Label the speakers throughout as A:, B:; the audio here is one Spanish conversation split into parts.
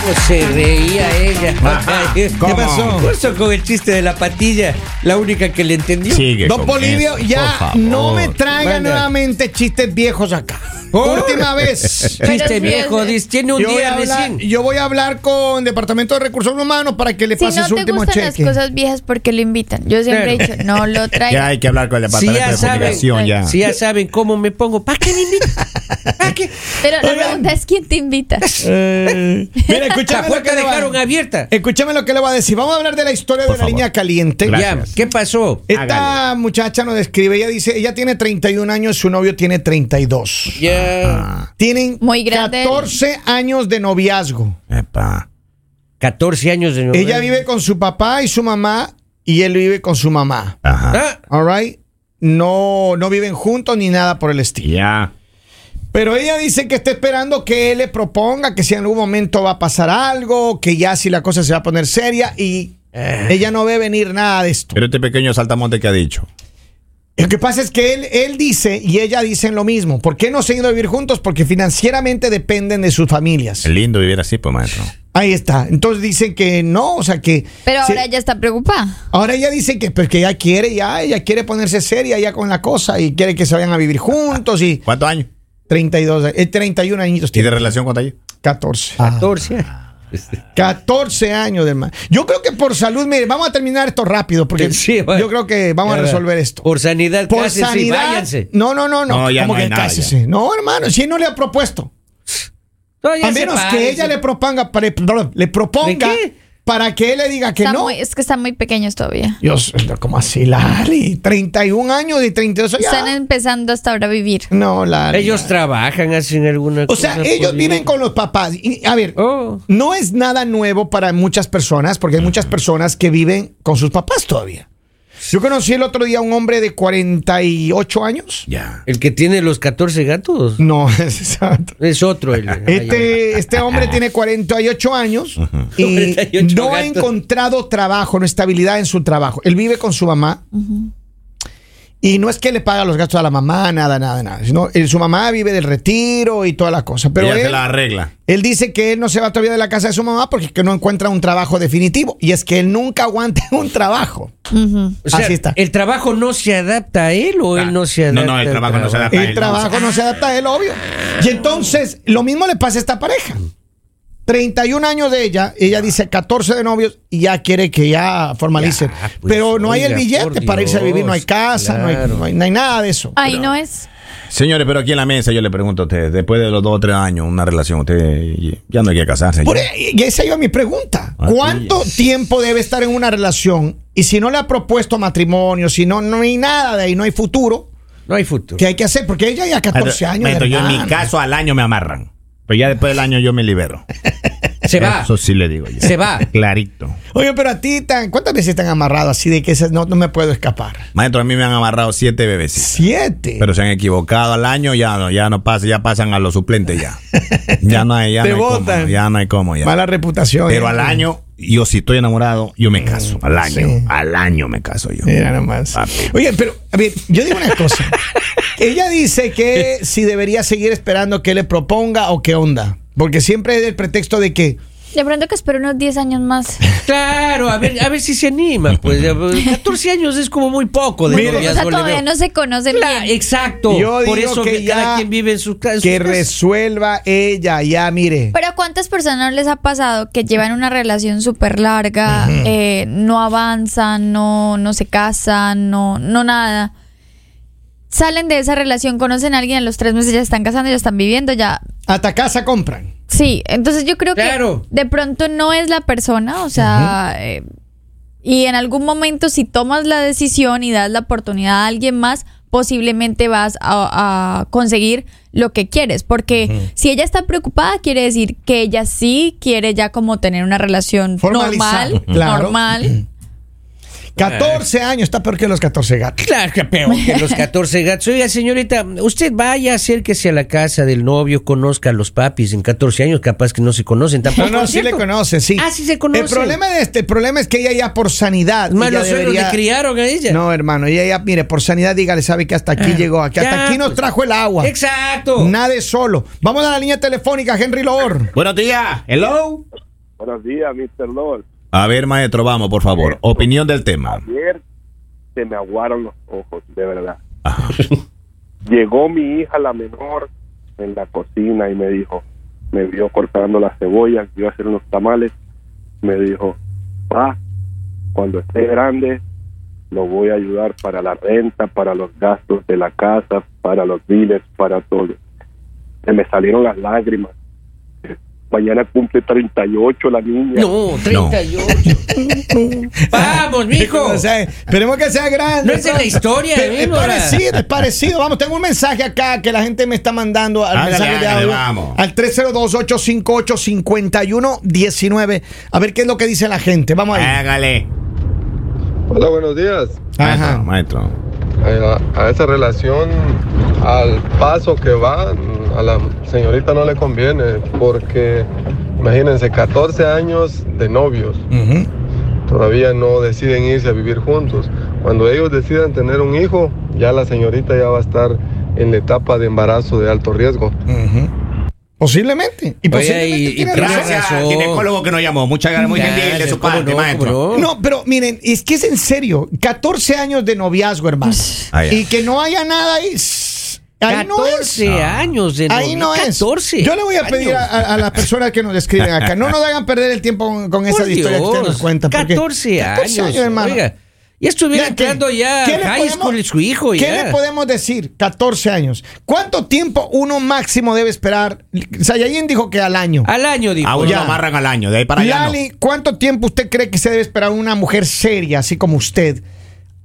A: ¿Cómo se reía ella?
B: Ajá,
A: ¿Qué
B: ¿cómo?
A: pasó? Justo con el chiste de la patilla, la única que le entendió.
B: Sigue
C: Don
B: con
C: Polivio,
B: eso, por
C: ya
B: favor.
C: no me traiga
A: Manda.
C: nuevamente chistes viejos acá.
A: ¿Por?
C: Última vez.
A: Chiste
D: Pero si
A: viejo,
D: es-
A: dice, tiene un
C: Yo voy, a
A: día
C: hablar,
A: recién.
C: yo voy a hablar con Departamento de Recursos Humanos para que le
D: Si
C: pase
D: no
C: su
D: te
C: último
D: gustan
C: cheque.
D: las cosas viejas, porque lo invitan? Yo siempre
A: Claro.
D: he dicho, no lo
B: Ya
D: traigan.
B: hay que hablar con el
A: Si
B: departamento
A: ya
B: de
A: saben,
B: comunicación ya.
A: si ya saben cómo me pongo, ¿para qué me invitan? ¿Para qué?
D: Pero la
A: Oigan.
D: pregunta es quién te invita.
C: Eh, mira,
A: La
C: escúchame lo,
A: puerta
C: que le Eh, va-
A: dejaron abierta.
C: escúchame lo que le voy a decir. Vamos a hablar de la historia
B: Por
C: de la
B: favor.
C: línea caliente.
A: Ya,
B: Gracias.
A: ¿qué pasó?
C: Esta
B: Hágale.
C: muchacha nos describe, ella dice, ella tiene 31 años, su novio tiene 32.
A: Ya.
C: Tienen
D: Muy grande.
C: 14 años de noviazgo.
B: Epa.
A: 14 años de noviazgo.
C: Ella vive con su papá y su mamá y él vive con su mamá.
B: Ajá.
A: Ah,
C: All right? No, no viven juntos ni nada por el estilo.
B: Ya.
C: Pero ella dice que está esperando que él le proponga que si en algún momento va a pasar algo, que ya si la cosa se va a poner seria y ella no ve venir nada de esto.
B: Pero este pequeño saltamonte que ha dicho.
C: Lo que pasa es que él, él dice y ella dicen lo mismo. ¿Por qué no se han ido a vivir juntos? Porque financieramente dependen de sus familias.
B: Es lindo vivir así, pues, maestro.
C: Ahí está. Entonces dicen que no, o sea que...
D: Pero
C: sí.
D: ahora ya está preocupada.
C: Ahora ella dice que, pues, que ella quiere, ya, ella quiere ponerse seria ya con la cosa y quiere que se vayan a vivir juntos y
B: ¿Cuántos años?
C: 32, eh, 31 añitos
B: ¿Y de
C: tiene.
B: relación cuántos años?
C: 14.
A: 14.
C: 14 años del man. Yo creo que por salud, mire, vamos a terminar esto rápido porque
A: Sí, bueno.
C: yo creo que vamos a
A: Ya,
C: resolver esto.
A: Por sanidad,
C: Por
A: cásense y
C: sanidad.
A: váyanse.
C: No, no, no, no.
B: No, ya
C: ¿Cómo
B: no hay
C: que
B: nada,
C: cásese? No, hermano, si él no le ha propuesto.
A: No, ya
C: A
A: se
C: menos
A: váyanse.
C: que ella le proponga, pare- perdón, le proponga
A: ¿De qué?
C: para que él le diga que
D: Está
C: no.
D: muy- es que están muy pequeños todavía.
C: Dios, ¿cómo así, Lali? 31 años y 32 años.
D: Están empezando hasta ahora a vivir.
C: No, Lali.
A: Ellos trabajan, hacen alguna
C: O sea,
A: cosa
C: ellos
A: por
C: viven
A: ahí.
C: con los papás. Y, a ver,
A: Oh.
C: no es nada nuevo para muchas personas, porque hay muchas personas que viven con sus papás todavía. Yo conocí el otro día a un hombre de 48 años.
B: Ya.
A: El que tiene los 14 gatos.
C: No, es exacto.
A: Es otro el.
C: Este, este hombre tiene 48 años y
A: 48
C: no ha
A: gatos.
C: encontrado trabajo, no estabilidad en su trabajo. Él vive con su mamá y no es que le paga los gastos a la mamá, nada, nada, nada. Sino, eh, su mamá vive del retiro y toda la cosa. Pero
B: Ella
C: él,
B: se la arregla.
C: Él dice que él no se va todavía de la casa de su mamá porque que no encuentra un trabajo definitivo. Y es que él nunca aguanta un trabajo.
D: Ujú.
A: O sea,
C: así está.
A: ¿El trabajo no se adapta a él o él no se
B: Ah, No,
A: adapta?
B: no, el
A: al
B: trabajo no se adapta.
C: El trabajo no se adapta a él, obvio. Y entonces, lo mismo le pasa a esta pareja. 31 años de ella, ella dice 14 de novios y ya quiere que ya formalicen.
A: Ya, pues,
C: Pero no hay el
A: oiga, por
C: billete para irse a vivir, no hay
A: Dios,
C: casa, no, hay,
A: claro.
C: no hay- no hay nada de eso.
D: Ahí no es.
B: Señores, pero aquí en la mesa yo le pregunto a ustedes, después de los dos o tres años, una relación, usted ya no hay que casarse.
C: Por- e,
B: ya.
C: y esa iba mi pregunta.
B: Ah,
C: ¿Cuánto tiempo debe estar en una relación? Y si no le ha propuesto matrimonio, si no, no hay nada de ahí, no hay futuro,
A: No hay futuro.
C: ¿qué hay que hacer? Porque ella ya 14 años.
B: Maestro, yo en mi
C: hermano.
B: caso al año me amarran. Pero ya después del año yo me libero.
A: Se va.
B: Eso sí le digo yo.
A: Se va.
B: Clarito.
C: Oye, pero a ti, tan, ¿cuántas veces te han amarrado así de que esas- no, no me puedo escapar?
B: Maestro, a mí me han amarrado siete bebés.
C: Siete.
B: Pero se han equivocado al año, ya no, ya no pasa, ya pasan a los suplentes ya. Ya no hay, ya
C: Te
B: no hay cómo,
C: botan.
B: ya no hay cómo ya.
C: Mala reputación.
B: Pero
C: eh.
B: al año, yo si estoy enamorado, yo me caso. Al año,
C: Mm, Sí.
B: al año me caso yo.
C: Mira nomás.
B: Papi.
C: Oye, pero a ver, yo digo una cosa. Ella dice que si debería seguir esperando que le proponga o qué onda. Porque siempre es el pretexto de que.
D: De pronto que espero unos 10 años más.
A: Claro, a ver, a ver si se anima. Pues ya, pues, 14 años es como muy poco de
C: Mire.
D: O sea,
A: noviazgo, le
D: todavía
A: veo.
D: no se conocen
A: Cla-
D: bien.
A: exacto.
C: Yo
A: Por
C: digo
A: eso
C: que
A: que
C: ya-
A: cada quien vive en su casa.
C: que resuelva ella, ya mire.
D: Pero ¿cuántas personas les ha pasado que llevan una relación súper larga, eh, no avanzan, no, no se casan, no, no nada? Salen de esa relación, conocen a alguien, a los tres meses ya están casando, ya están viviendo, ya...
C: Hasta casa compran.
D: Sí, entonces yo creo
A: Claro.
D: que de pronto no es la persona, o sea... eh, y en algún momento si tomas la decisión y das la oportunidad a alguien más, posiblemente vas a, a conseguir lo que quieres. Porque si ella está preocupada, quiere decir que ella sí quiere ya como tener una relación
C: Formalizar,
D: normal,
C: claro.
D: normal.
C: 14 años está peor que los 14 gatos.
A: Claro que peor que los 14 gatos. Oiga, señorita, usted vaya, acérquese a la casa del novio, conozca a los papis en 14 años, capaz que no se conocen tampoco.
C: No, no,
A: ¿es
C: sí
A: Este,
C: le
A: cierto?
C: conoce, sí.
A: Ah, sí se conoce.
C: El problema, de este, el problema es que ella ya por sanidad.
A: Más
C: ella
A: los suegros
C: debería-
A: le criaron a ella.
C: No, hermano, ella ya, mire, por sanidad, dígale, sabe que hasta aquí llegó, aquí, hasta
A: Ah, Ya,
C: aquí nos
A: pues.
C: trajo el agua.
A: Exacto.
C: Nada es solo. Vamos a la línea telefónica, Henry Loor.
B: Buenos días. Hello.
E: Buenos días, Mr. Lord.
B: A ver, maestro, vamos, por favor. Opinión del tema.
E: Ayer se me aguaron los ojos, de verdad. Llegó mi hija, la menor, en la cocina y me dijo, me vio cortando la cebolla, que iba a hacer unos tamales. Me dijo, pa, cuando esté grande, lo voy a ayudar para la renta, para los gastos de la casa, para los biles, para todo. Se me salieron las lágrimas. Mañana cumple 38 la niña.
A: No, 38. Vamos, mijo.
C: O sea, esperemos que sea grande.
A: No es de la historia,
C: Es- es
A: ¿eh, Nora?
C: parecido, es parecido. Vamos, tengo un mensaje acá que la gente me está mandando al
B: Hágale,
C: mensaje de
B: hágale,
C: audio,
B: vamos.
C: al 302-858-5119. A ver qué es lo que dice la gente. Vamos ahí.
B: Hágale.
F: Hola, buenos días.
C: Ajá.
B: Maestro, maestro.
F: A, a esa relación, al paso que va, a la señorita no le conviene, porque imagínense, 14 años de novios,
C: Ujú.
F: todavía no deciden irse a vivir juntos. Cuando ellos decidan tener un hijo, ya la señorita ya va a estar en la etapa de embarazo de alto riesgo.
C: Ujú. Posiblemente. Y posiblemente
A: y- y
C: tiene
A: tiene
C: razón.
B: Gracias al
A: razón.
B: ginecólogo que nos llamó. Muchas gracias, muy gentil de su
A: ¿Cómo
B: parte,
A: no,
B: maestro.
A: cómo no?
C: No, pero miren, es que es en serio. 14 años de noviazgo, hermano.
B: Ah, ya.
C: Y que no haya nada ahí. s- Ahí no es.
A: 14 años de
C: Ahí no es.
A: 14.
C: Yo le voy a pedir a, a- a las personas que nos escriben acá, no nos hagan perder el tiempo con, con
A: Por
C: esas historias que usted
A: Dios,
C: nos cuenta. porque
A: 14 años.
C: 14 años, hermano.
A: Oiga, ya estuviera
C: Mira que-
A: entrando ya
C: ¿qué le
A: high
C: podemos-
A: school su hijo.
C: ¿Qué
A: ya.
C: le podemos decir? 14 años. ¿Cuánto tiempo uno máximo debe esperar? Sayayin dijo que al año.
A: Al año,
C: Ah,
A: dijo.
B: A uno
A: Ya.
B: lo amarran al año, de ahí para allá. no.
C: Lali, ¿cuánto tiempo usted cree que se debe esperar una mujer seria, así como usted,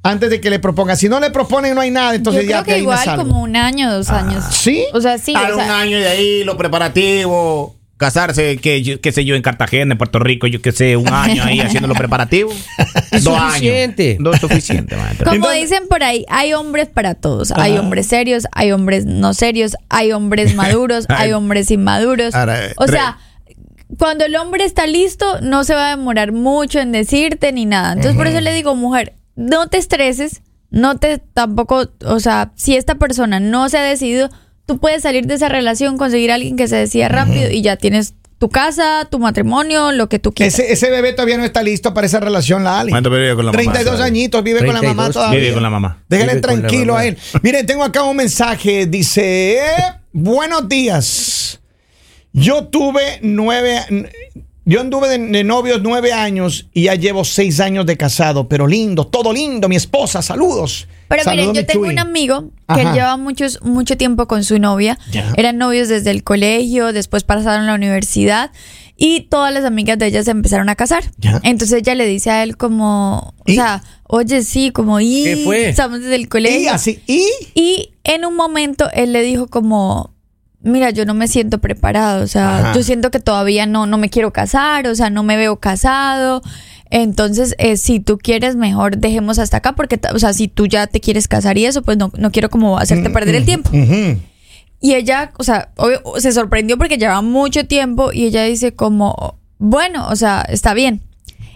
C: antes de que le proponga? Si no le proponen, no hay nada, entonces
D: Yo
C: ya
D: creo
C: de
D: que
C: ahí me
D: igual
C: salgo.
D: como un año, dos años.
C: ¿Sí? Ah,
D: O sea, sí.
B: Dar
D: o
B: un
D: sea,
B: año y de ahí, los preparativos. Casarse, que, yo- qué sé yo, en Cartagena, en Puerto Rico, yo qué sé, un año ahí haciendo los preparativos.
A: Es suficiente.
B: Años. No es suficiente, maestro.
D: Como dicen por ahí, hay hombres para todos. Hay hombres serios, hay hombres no serios, hay hombres maduros, hay hombres inmaduros.
B: Ahora, eh,
D: O
B: tre-
D: sea, cuando el hombre está listo, no se va a demorar mucho en decirte ni nada. Entonces, por eso le digo, mujer, no te estreses, no te tampoco, o sea, si esta persona no se ha decidido, tú puedes salir de esa relación, conseguir a alguien que se decida rápido y ya tienes tu casa, tu matrimonio, lo que tú quieras.
C: Ese, ese bebé todavía no está listo para esa relación, la Ali.
B: ¿Cuánto vive con la mamá?
C: 32
B: ¿Sabe?
C: añitos, vive con la mamá
A: 32,
C: todavía.
B: vive con la mamá.
C: Déjale
A: Vive con la
C: tranquilo
A: mamá.
C: a él. Miren, tengo acá un mensaje. Dice, eh, buenos días. Yo tuve nueve... Yo anduve de, de novios nueve años y ya llevo seis años de casado, pero lindo, todo lindo. Mi esposa, saludos.
D: Pero
C: Saludos,
D: miren, yo
C: mi
D: tengo
C: Chuy.
D: un amigo
C: Ajá.
D: que él lleva muchos, mucho tiempo con su novia.
C: Ya.
D: Eran novios desde el colegio, después pasaron a la universidad y todas las amigas de ella se empezaron a casar.
C: Ya.
D: Entonces ella le dice a él como,
C: ¿Y?
D: o sea, oye, sí, como, y
A: ¿Qué fue?
D: estamos desde el
C: Y
D: colegio.
C: así, y...
D: Y en un momento él le dijo como, mira, yo no me siento preparado, o sea,
C: Ajá.
D: yo siento que todavía no, no me quiero casar, o sea, no me veo casado. Entonces, eh, si tú quieres, mejor dejemos hasta acá, porque, ta- o sea, si tú ya te quieres casar y eso, pues no, no quiero como hacerte perder el tiempo.
C: Ujú.
D: Y ella, o sea, obvio, se sorprendió porque llevaba mucho tiempo y ella dice como, bueno, o sea, está bien.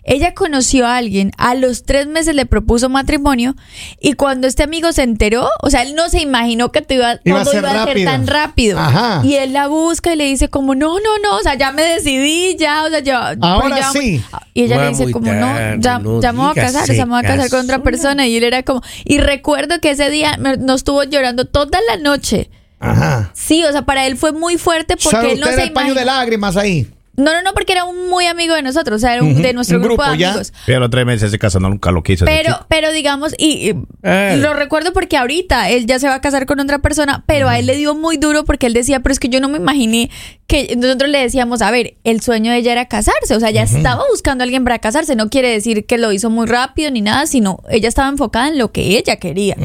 D: Ella conoció a alguien, a los tres meses le propuso matrimonio y cuando este amigo se enteró, o sea, él no se imaginó que te iba,
C: Iba a
D: todo
C: ser
D: iba a ser
C: rápido.
D: tan rápido.
C: Ajá.
D: Y él la busca y le dice como, no, no, no, o sea, ya me decidí, ya, o sea, ya... pues
C: Ahora
D: ya-
C: sí.
D: Y ella
A: Va
D: le dice
A: muy
D: como, no, ya,
A: tarde, no
D: ya me voy a
A: digas,
D: casar, o
A: se
D: sea, me voy a casar con otra
A: casó.
D: persona. Y él era como, y recuerdo que ese día me- nos estuvo llorando toda la noche.
C: Ajá.
D: Sí, o sea, para él fue muy fuerte porque
C: Sabe
D: él no
C: usted
D: se
C: el paño de
D: imaginó.
C: lágrimas ahí.
D: No, no, no, porque era un muy amigo de nosotros, o sea, era un,
C: Ujú,
D: de nuestro
C: un
D: grupo,
C: grupo,
D: de
C: ya.
D: amigos.
B: Pero tres meses se casa, nunca lo quiso. ese
D: Pero,
B: chico.
D: pero digamos, y, y
A: Ah.
D: lo recuerdo porque ahorita él ya se va a casar con otra persona, pero a él le dio muy duro porque él decía, pero es que yo no me imaginé que nosotros le decíamos, a ver, el sueño de ella era casarse, o sea, ella estaba buscando a alguien para casarse, no quiere decir que lo hizo muy rápido ni nada, sino ella estaba enfocada en lo que ella quería.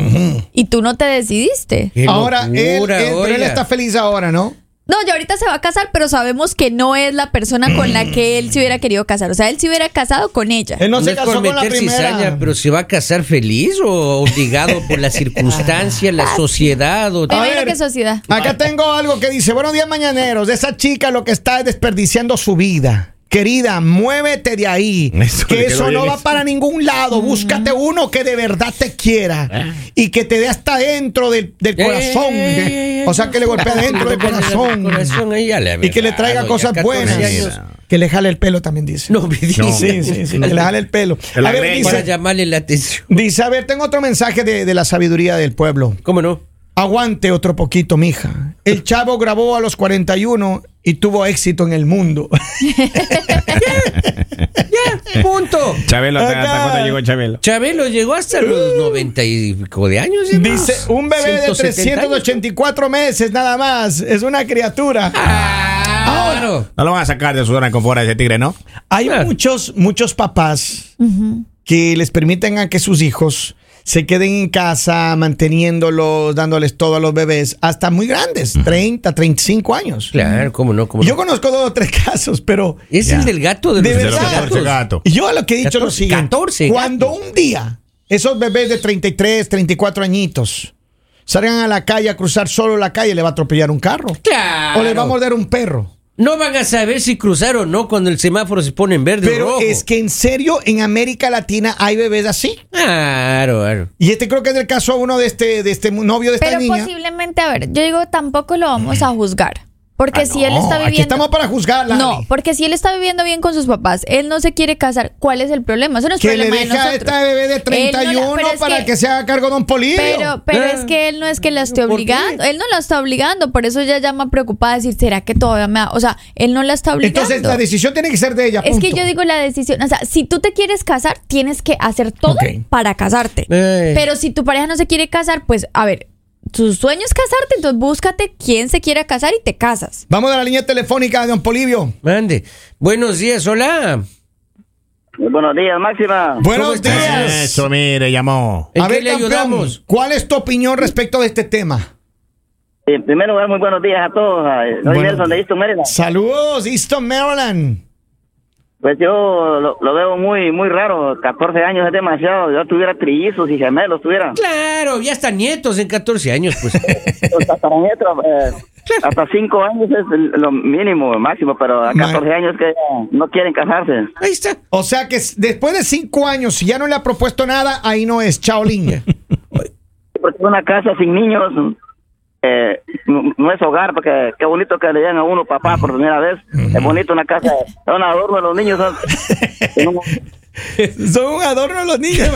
D: Y tú no te decidiste.
A: Qué
C: ahora, él-
A: locura,
C: él- pero él
A: oiga.
C: está feliz ahora, ¿no?
D: No, ya ahorita se va a casar, pero sabemos que no es la persona con la que él se hubiera querido casar. O sea, él se hubiera casado con ella.
C: Él no, se
A: es
C: casó
A: por
C: con la
A: meter
C: primera.
A: cizaña, pero ¿se va a casar feliz o obligado por la circunstancia, la sociedad? O...
D: Me
C: A
D: imagino
C: ver.
D: que sociedad.
C: Acá tengo algo que dice, buenos días mañaneros, esa chica lo que está es desperdiciando su vida. Querida, muévete de ahí.
B: Eso le
C: que
B: quedó
C: eso no
B: bien.
C: va para ningún lado. Búscate uno que de verdad te quiera y que te dé hasta dentro del, del
A: Eh,
C: corazón.
A: eh, eh,
C: o sea, que le golpee dentro del corazón.
A: Corazón, ahí ya le
C: Y que le traiga
A: doña,
C: cosas
A: 14
C: buenas.
A: años.
C: Que le jale el pelo también dice.
A: No, me dice.
C: Sí, sí, sí. Que le jale el pelo.
B: Que la
C: A ver,
B: greña.
A: Para
C: dice,
A: llamarle la atención.
C: dice, a ver, tengo otro mensaje de- de la sabiduría del pueblo.
A: ¿Cómo no?
C: Aguante otro poquito, mija. El chavo grabó a los 41 y tuvo éxito en el mundo.
A: Ya, punto.
B: Chabelo, ¿hasta
C: Acá.
B: hasta cuándo llegó Chabelo?
A: Chabelo llegó hasta los noventa y pico de años. ¿no?
C: Uh. Dice, un bebé de
A: 170 años.
C: 384 meses nada más. Es una criatura.
A: Claro.
B: No lo van a sacar de su zona de confort a ese tigre, ¿no?
C: Hay
A: Claro.
C: muchos, muchos papás que les permiten a que sus hijos se queden en casa manteniéndolos, dándoles todo a los bebés, hasta muy grandes, 30, 35 años.
A: Claro, cómo no, cómo no.
C: Yo conozco dos o tres casos, pero...
A: es
B: Ya.
A: el del gato de,
C: De
A: los
B: De los
C: verdad.
B: 14 gatos.
C: Y Yo lo que he dicho es lo
A: 14,
C: siguiente.
A: 14
C: Cuando un día esos bebés de 33, 34 añitos salgan a la calle a cruzar solo la calle, le va a atropellar un carro.
A: Claro.
C: O le va a morder un perro.
A: No van a saber si cruzar o no cuando el semáforo se pone en verde
C: Pero
A: o rojo.
C: es que en serio, en América Latina hay bebés así.
A: Claro, claro.
C: Y este creo que es el caso a uno de este, de este novio de esta
D: Pero
C: niña.
D: posiblemente, a ver, yo digo, tampoco lo vamos a juzgar. Porque si él
C: Ah, No,
D: está
C: aquí
D: viviendo.
C: estamos para juzgarla.
D: No, porque si él está viviendo bien con sus papás, él no se quiere casar, ¿cuál es el problema? Eso no es
C: que le
D: problema de
C: deja a
D: nosotros.
C: esta bebé de
D: Él no la-
C: 31
D: pero es
C: para que, se Eh, haga cargo don Polivio.
D: Pero, pero
A: Ah.
D: es que él no es que la esté
A: ¿Por qué?
D: obligando, él no la está obligando, por eso ella llama preocupada a decir, ¿será que todavía me ha-?" O sea, él no la está obligando.
C: Entonces la decisión tiene que ser de ella.
D: es que
C: punto.
D: yo digo la decisión, o sea, si tú te quieres casar, tienes que hacer todo
C: Ok.
D: para casarte.
A: Eh.
D: Pero si tu pareja no se quiere casar, pues, a ver, tu sueño es casarte, entonces búscate quién se quiera casar y te casas.
C: Vamos a la línea telefónica de don Polivio.
A: Mande. Buenos días, hola.
G: Buenos días, Máxima.
C: Buenos
A: estás?
C: días.
B: Eso, mire, llamó.
A: ¿En qué le ayudamos?
C: ¿Cuál es tu opinión respecto de este tema?
G: En primer lugar, muy buenos días a todos. a- Soy
C: Buenos
G: Nelson de
C: días.
G: Easton, Maryland.
C: Saludos, Easton, Maryland.
G: Pues yo lo, lo veo muy muy raro. 14 años es demasiado. Yo tuviera trillizos y gemelos, tuviera.
A: Claro, ya están nietos en 14 años, pues.
G: Los tataranietos, eh, hasta 5 años es el- lo mínimo, máximo, pero a 14
C: Ma-
G: años que ya no quieren casarse.
A: Ahí está.
C: O sea que s- después de cinco años, si ya no le ha propuesto nada, ahí no es. Chao, Lin.
G: Porque una casa sin niños eh, no, no es hogar, porque qué bonito que le digan a uno papá por primera vez. Es bonito una casa, es un adorno, los niños son... en un-
C: Son un adorno los niños.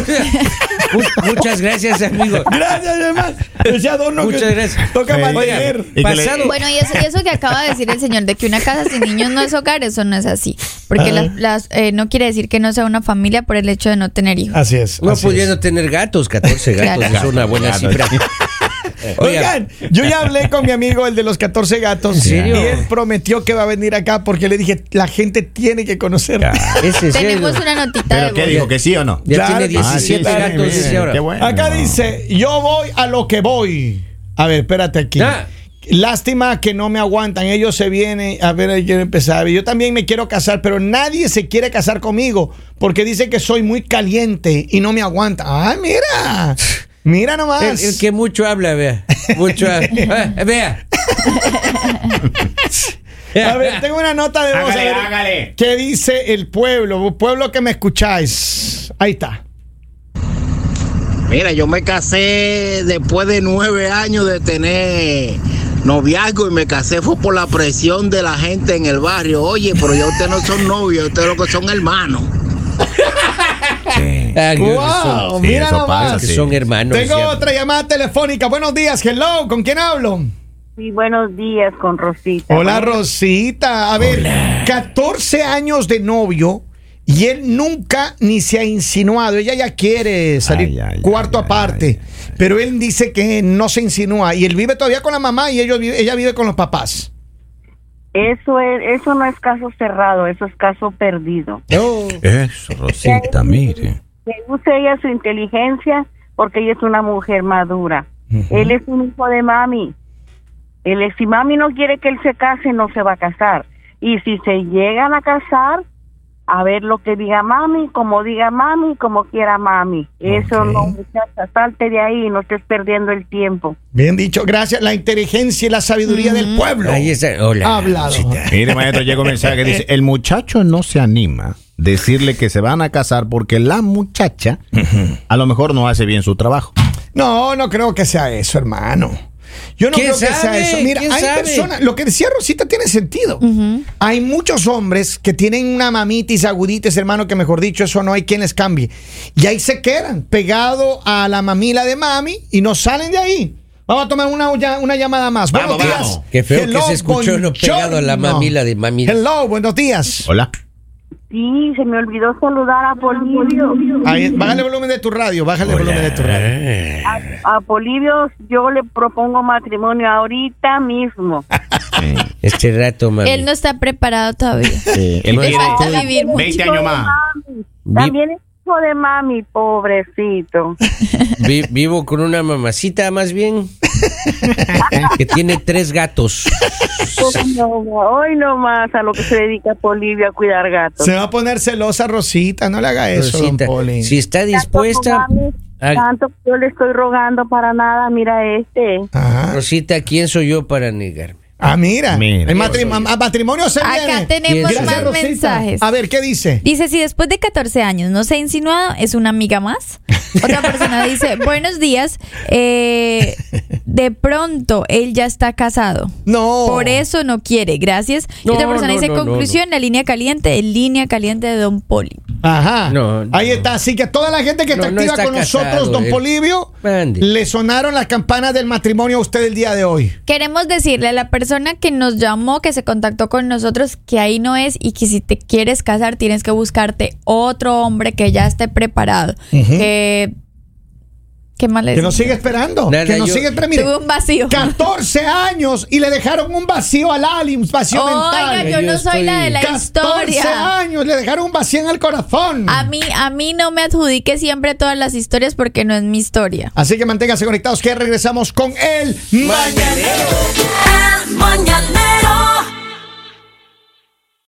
A: Mu- Muchas gracias, amigo.
C: Gracias, además. Ese adorno
A: Muchas gracias.
C: toca
B: Eh,
C: mantener.
B: Y que le-
A: Pasado.
D: Bueno, y eso, y eso que acaba de decir el señor, de que una casa sin niños no es hogar, eso no es así. Porque las, las, eh, no quiere decir que no sea una familia por el hecho de no tener hijos.
C: Así es.
A: No
C: así
A: pudiendo tener gatos, 14 gatos
D: Claro.
A: es una buena cifra.
C: es. Oigan, yo ya hablé con mi amigo, el de los 14 gatos.
A: serio?
C: Y él prometió que va a venir acá porque le dije, la gente tiene que conocer.
A: es en serio.
D: Tenemos una notita de
B: ¿Pero qué
D: voz.
B: dijo? ¿Que sí o no?
A: Ya
C: Claro
A: tiene
C: que sí,
A: 17
B: sí,
A: gatos,
B: bien,
A: dice ahora.
B: qué bueno.
C: Acá dice, yo voy a lo que voy. A ver, espérate aquí.
A: Ah.
C: Lástima que no me aguantan. Ellos se vienen. A ver, ahí quiero empezar. Yo también me quiero casar, pero nadie se quiere casar conmigo porque dice que soy muy caliente y no me aguanta. Ah, mira. Mira nomás.
A: El, el que mucho habla, vea. Mucho habla. Ah, Vea.
C: A ver, tengo una nota de voz. a
B: Hágale,
C: ver,
B: hágale.
C: ¿Qué dice el pueblo? Pueblo que me escucháis. Ahí está.
H: Mira, yo me casé después de nueve años de tener noviazgo y me casé fue por la presión de la gente en el barrio. Oye, pero ya ustedes no son novios, ustedes lo que son hermanos.
B: Sí.
A: Ah, Dios,
C: Wow,
A: son-
B: sí,
C: mira
B: eso
C: nomás.
B: pasa,
A: que
B: sí.
A: son hermanos.
C: Tengo
A: ya.
C: otra llamada telefónica. Buenos días, hello. ¿Con quién hablo?
I: Sí, buenos días con Rosita.
C: Hola Rosita, a ver, 14 años de novio y él nunca ni se ha insinuado, ella ya quiere salir
B: Ay, ay,
C: cuarto
B: ay,
C: aparte,
B: ay,
C: pero él dice que no se insinúa y él vive todavía con la mamá y ellos vi- ella vive con los papás.
I: Eso es, eso no es caso cerrado, eso es caso perdido.
B: Oh. Eso, Rosita, mire.
I: Que use ella su inteligencia porque ella es una mujer madura. Él es un hijo de mami. Él es- si mami no quiere que él se case, no se va a casar. Y si se llegan a casar, a ver lo que diga mami, como diga mami, como quiera mami. Eso
C: Ok.
I: no, muchacha, salte de ahí, no estés perdiendo el tiempo.
C: Bien dicho, gracias. La inteligencia y la sabiduría
B: Mm.
C: del pueblo.
A: Ahí está. Hola.
C: Ha hablado.
B: Mire, maestro, llega un mensaje que dice: El muchacho no se anima a decirle que se van a casar porque la muchacha a lo mejor no hace bien su trabajo.
C: No, no creo que sea eso, hermano. Yo no
A: ¿Quién
C: creo que sea
A: sabe?
C: eso. Mira,
A: ¿Quién
C: hay
A: sabe?
C: personas, lo que decía Rosita tiene sentido. Hay muchos hombres que tienen una mamitis, aguditis, hermano, que mejor dicho, eso no hay quien les cambie. Y ahí se quedan, pegado a la mamila de mami y no salen de ahí. Vamos a tomar una, olla- una llamada más.
B: Vamos,
C: buenos días.
B: vamos.
A: Qué feo que se escuchó lo pegado a la
C: buongiorno.
A: mamila de mami.
C: Hello, buenos días.
B: Hola.
I: Sí, se me olvidó saludar a Polivio.
C: Ahí, bájale el volumen de tu radio, bájale el volumen de tu radio.
I: A, a Polivio yo le propongo matrimonio ahorita mismo.
A: Este rato, mami.
D: Él no está preparado todavía.
B: Él
A: Le
B: quiere
D: falta vivir mucho.
B: 20 años más.
A: Vi-
I: También es hijo de mami, pobrecito.
A: vi- vivo con una mamacita, más bien, que tiene tres gatos.
I: Hoy no, hoy no más a lo que se dedica Polivio a cuidar gatos.
C: Se va a poner celosa Rosita, no le haga eso, don
A: Rosita,
C: Poli.
A: si está dispuesta,
I: Tanto,
A: a-
I: mami, tanto que yo le estoy rogando para nada, mira este.
C: Ajá.
A: Rosita, ¿quién soy yo para negarme?
C: Ah, mira.
B: Mira.
C: el matrim- a- matrimonio se viene.
D: Acá tenemos
A: Gracias,
D: más
C: Rosita.
D: mensajes.
C: A ver, ¿qué dice?
D: Dice, si después de 14 años no se ha insinuado, es una amiga más. Otra persona dice, buenos días, eh, de pronto él ya está casado.
C: No.
D: Por eso no quiere, gracias. Y
A: Oh. No,
D: otra persona
A: no,
D: dice,
A: no, no,
D: conclusión, la línea caliente, el línea caliente de Don Poli.
C: Ajá.
A: No, no.
C: Ahí está. Así que toda la gente que
A: No,
C: está
A: no
C: activa
A: está
C: con nosotros,
A: casado,
C: don
A: él.
C: Polivio,
A: Mande.
C: le sonaron las campanas del matrimonio a usted el día de hoy.
D: Queremos decirle a la persona que nos llamó, que se contactó con nosotros, que ahí no es y que si te quieres casar tienes que buscarte otro hombre que ya esté preparado. que, ¿Qué más le
C: Que nos
D: decimos?
C: sigue esperando.
A: Nada,
C: que nos
A: yo-
C: sigue esperando. Mire,
D: Tuve un vacío.
C: 14 años y le dejaron un vacío al Ali, un vacío
D: Oiga,
C: mental.
D: yo no soy la de la
C: 14
D: historia.
C: años le dejaron un vacío en el corazón.
D: A mí, a mí no me adjudique siempre todas las historias porque no es mi historia.
C: Así que manténgase conectados que regresamos con él mañana.
J: El mañanero.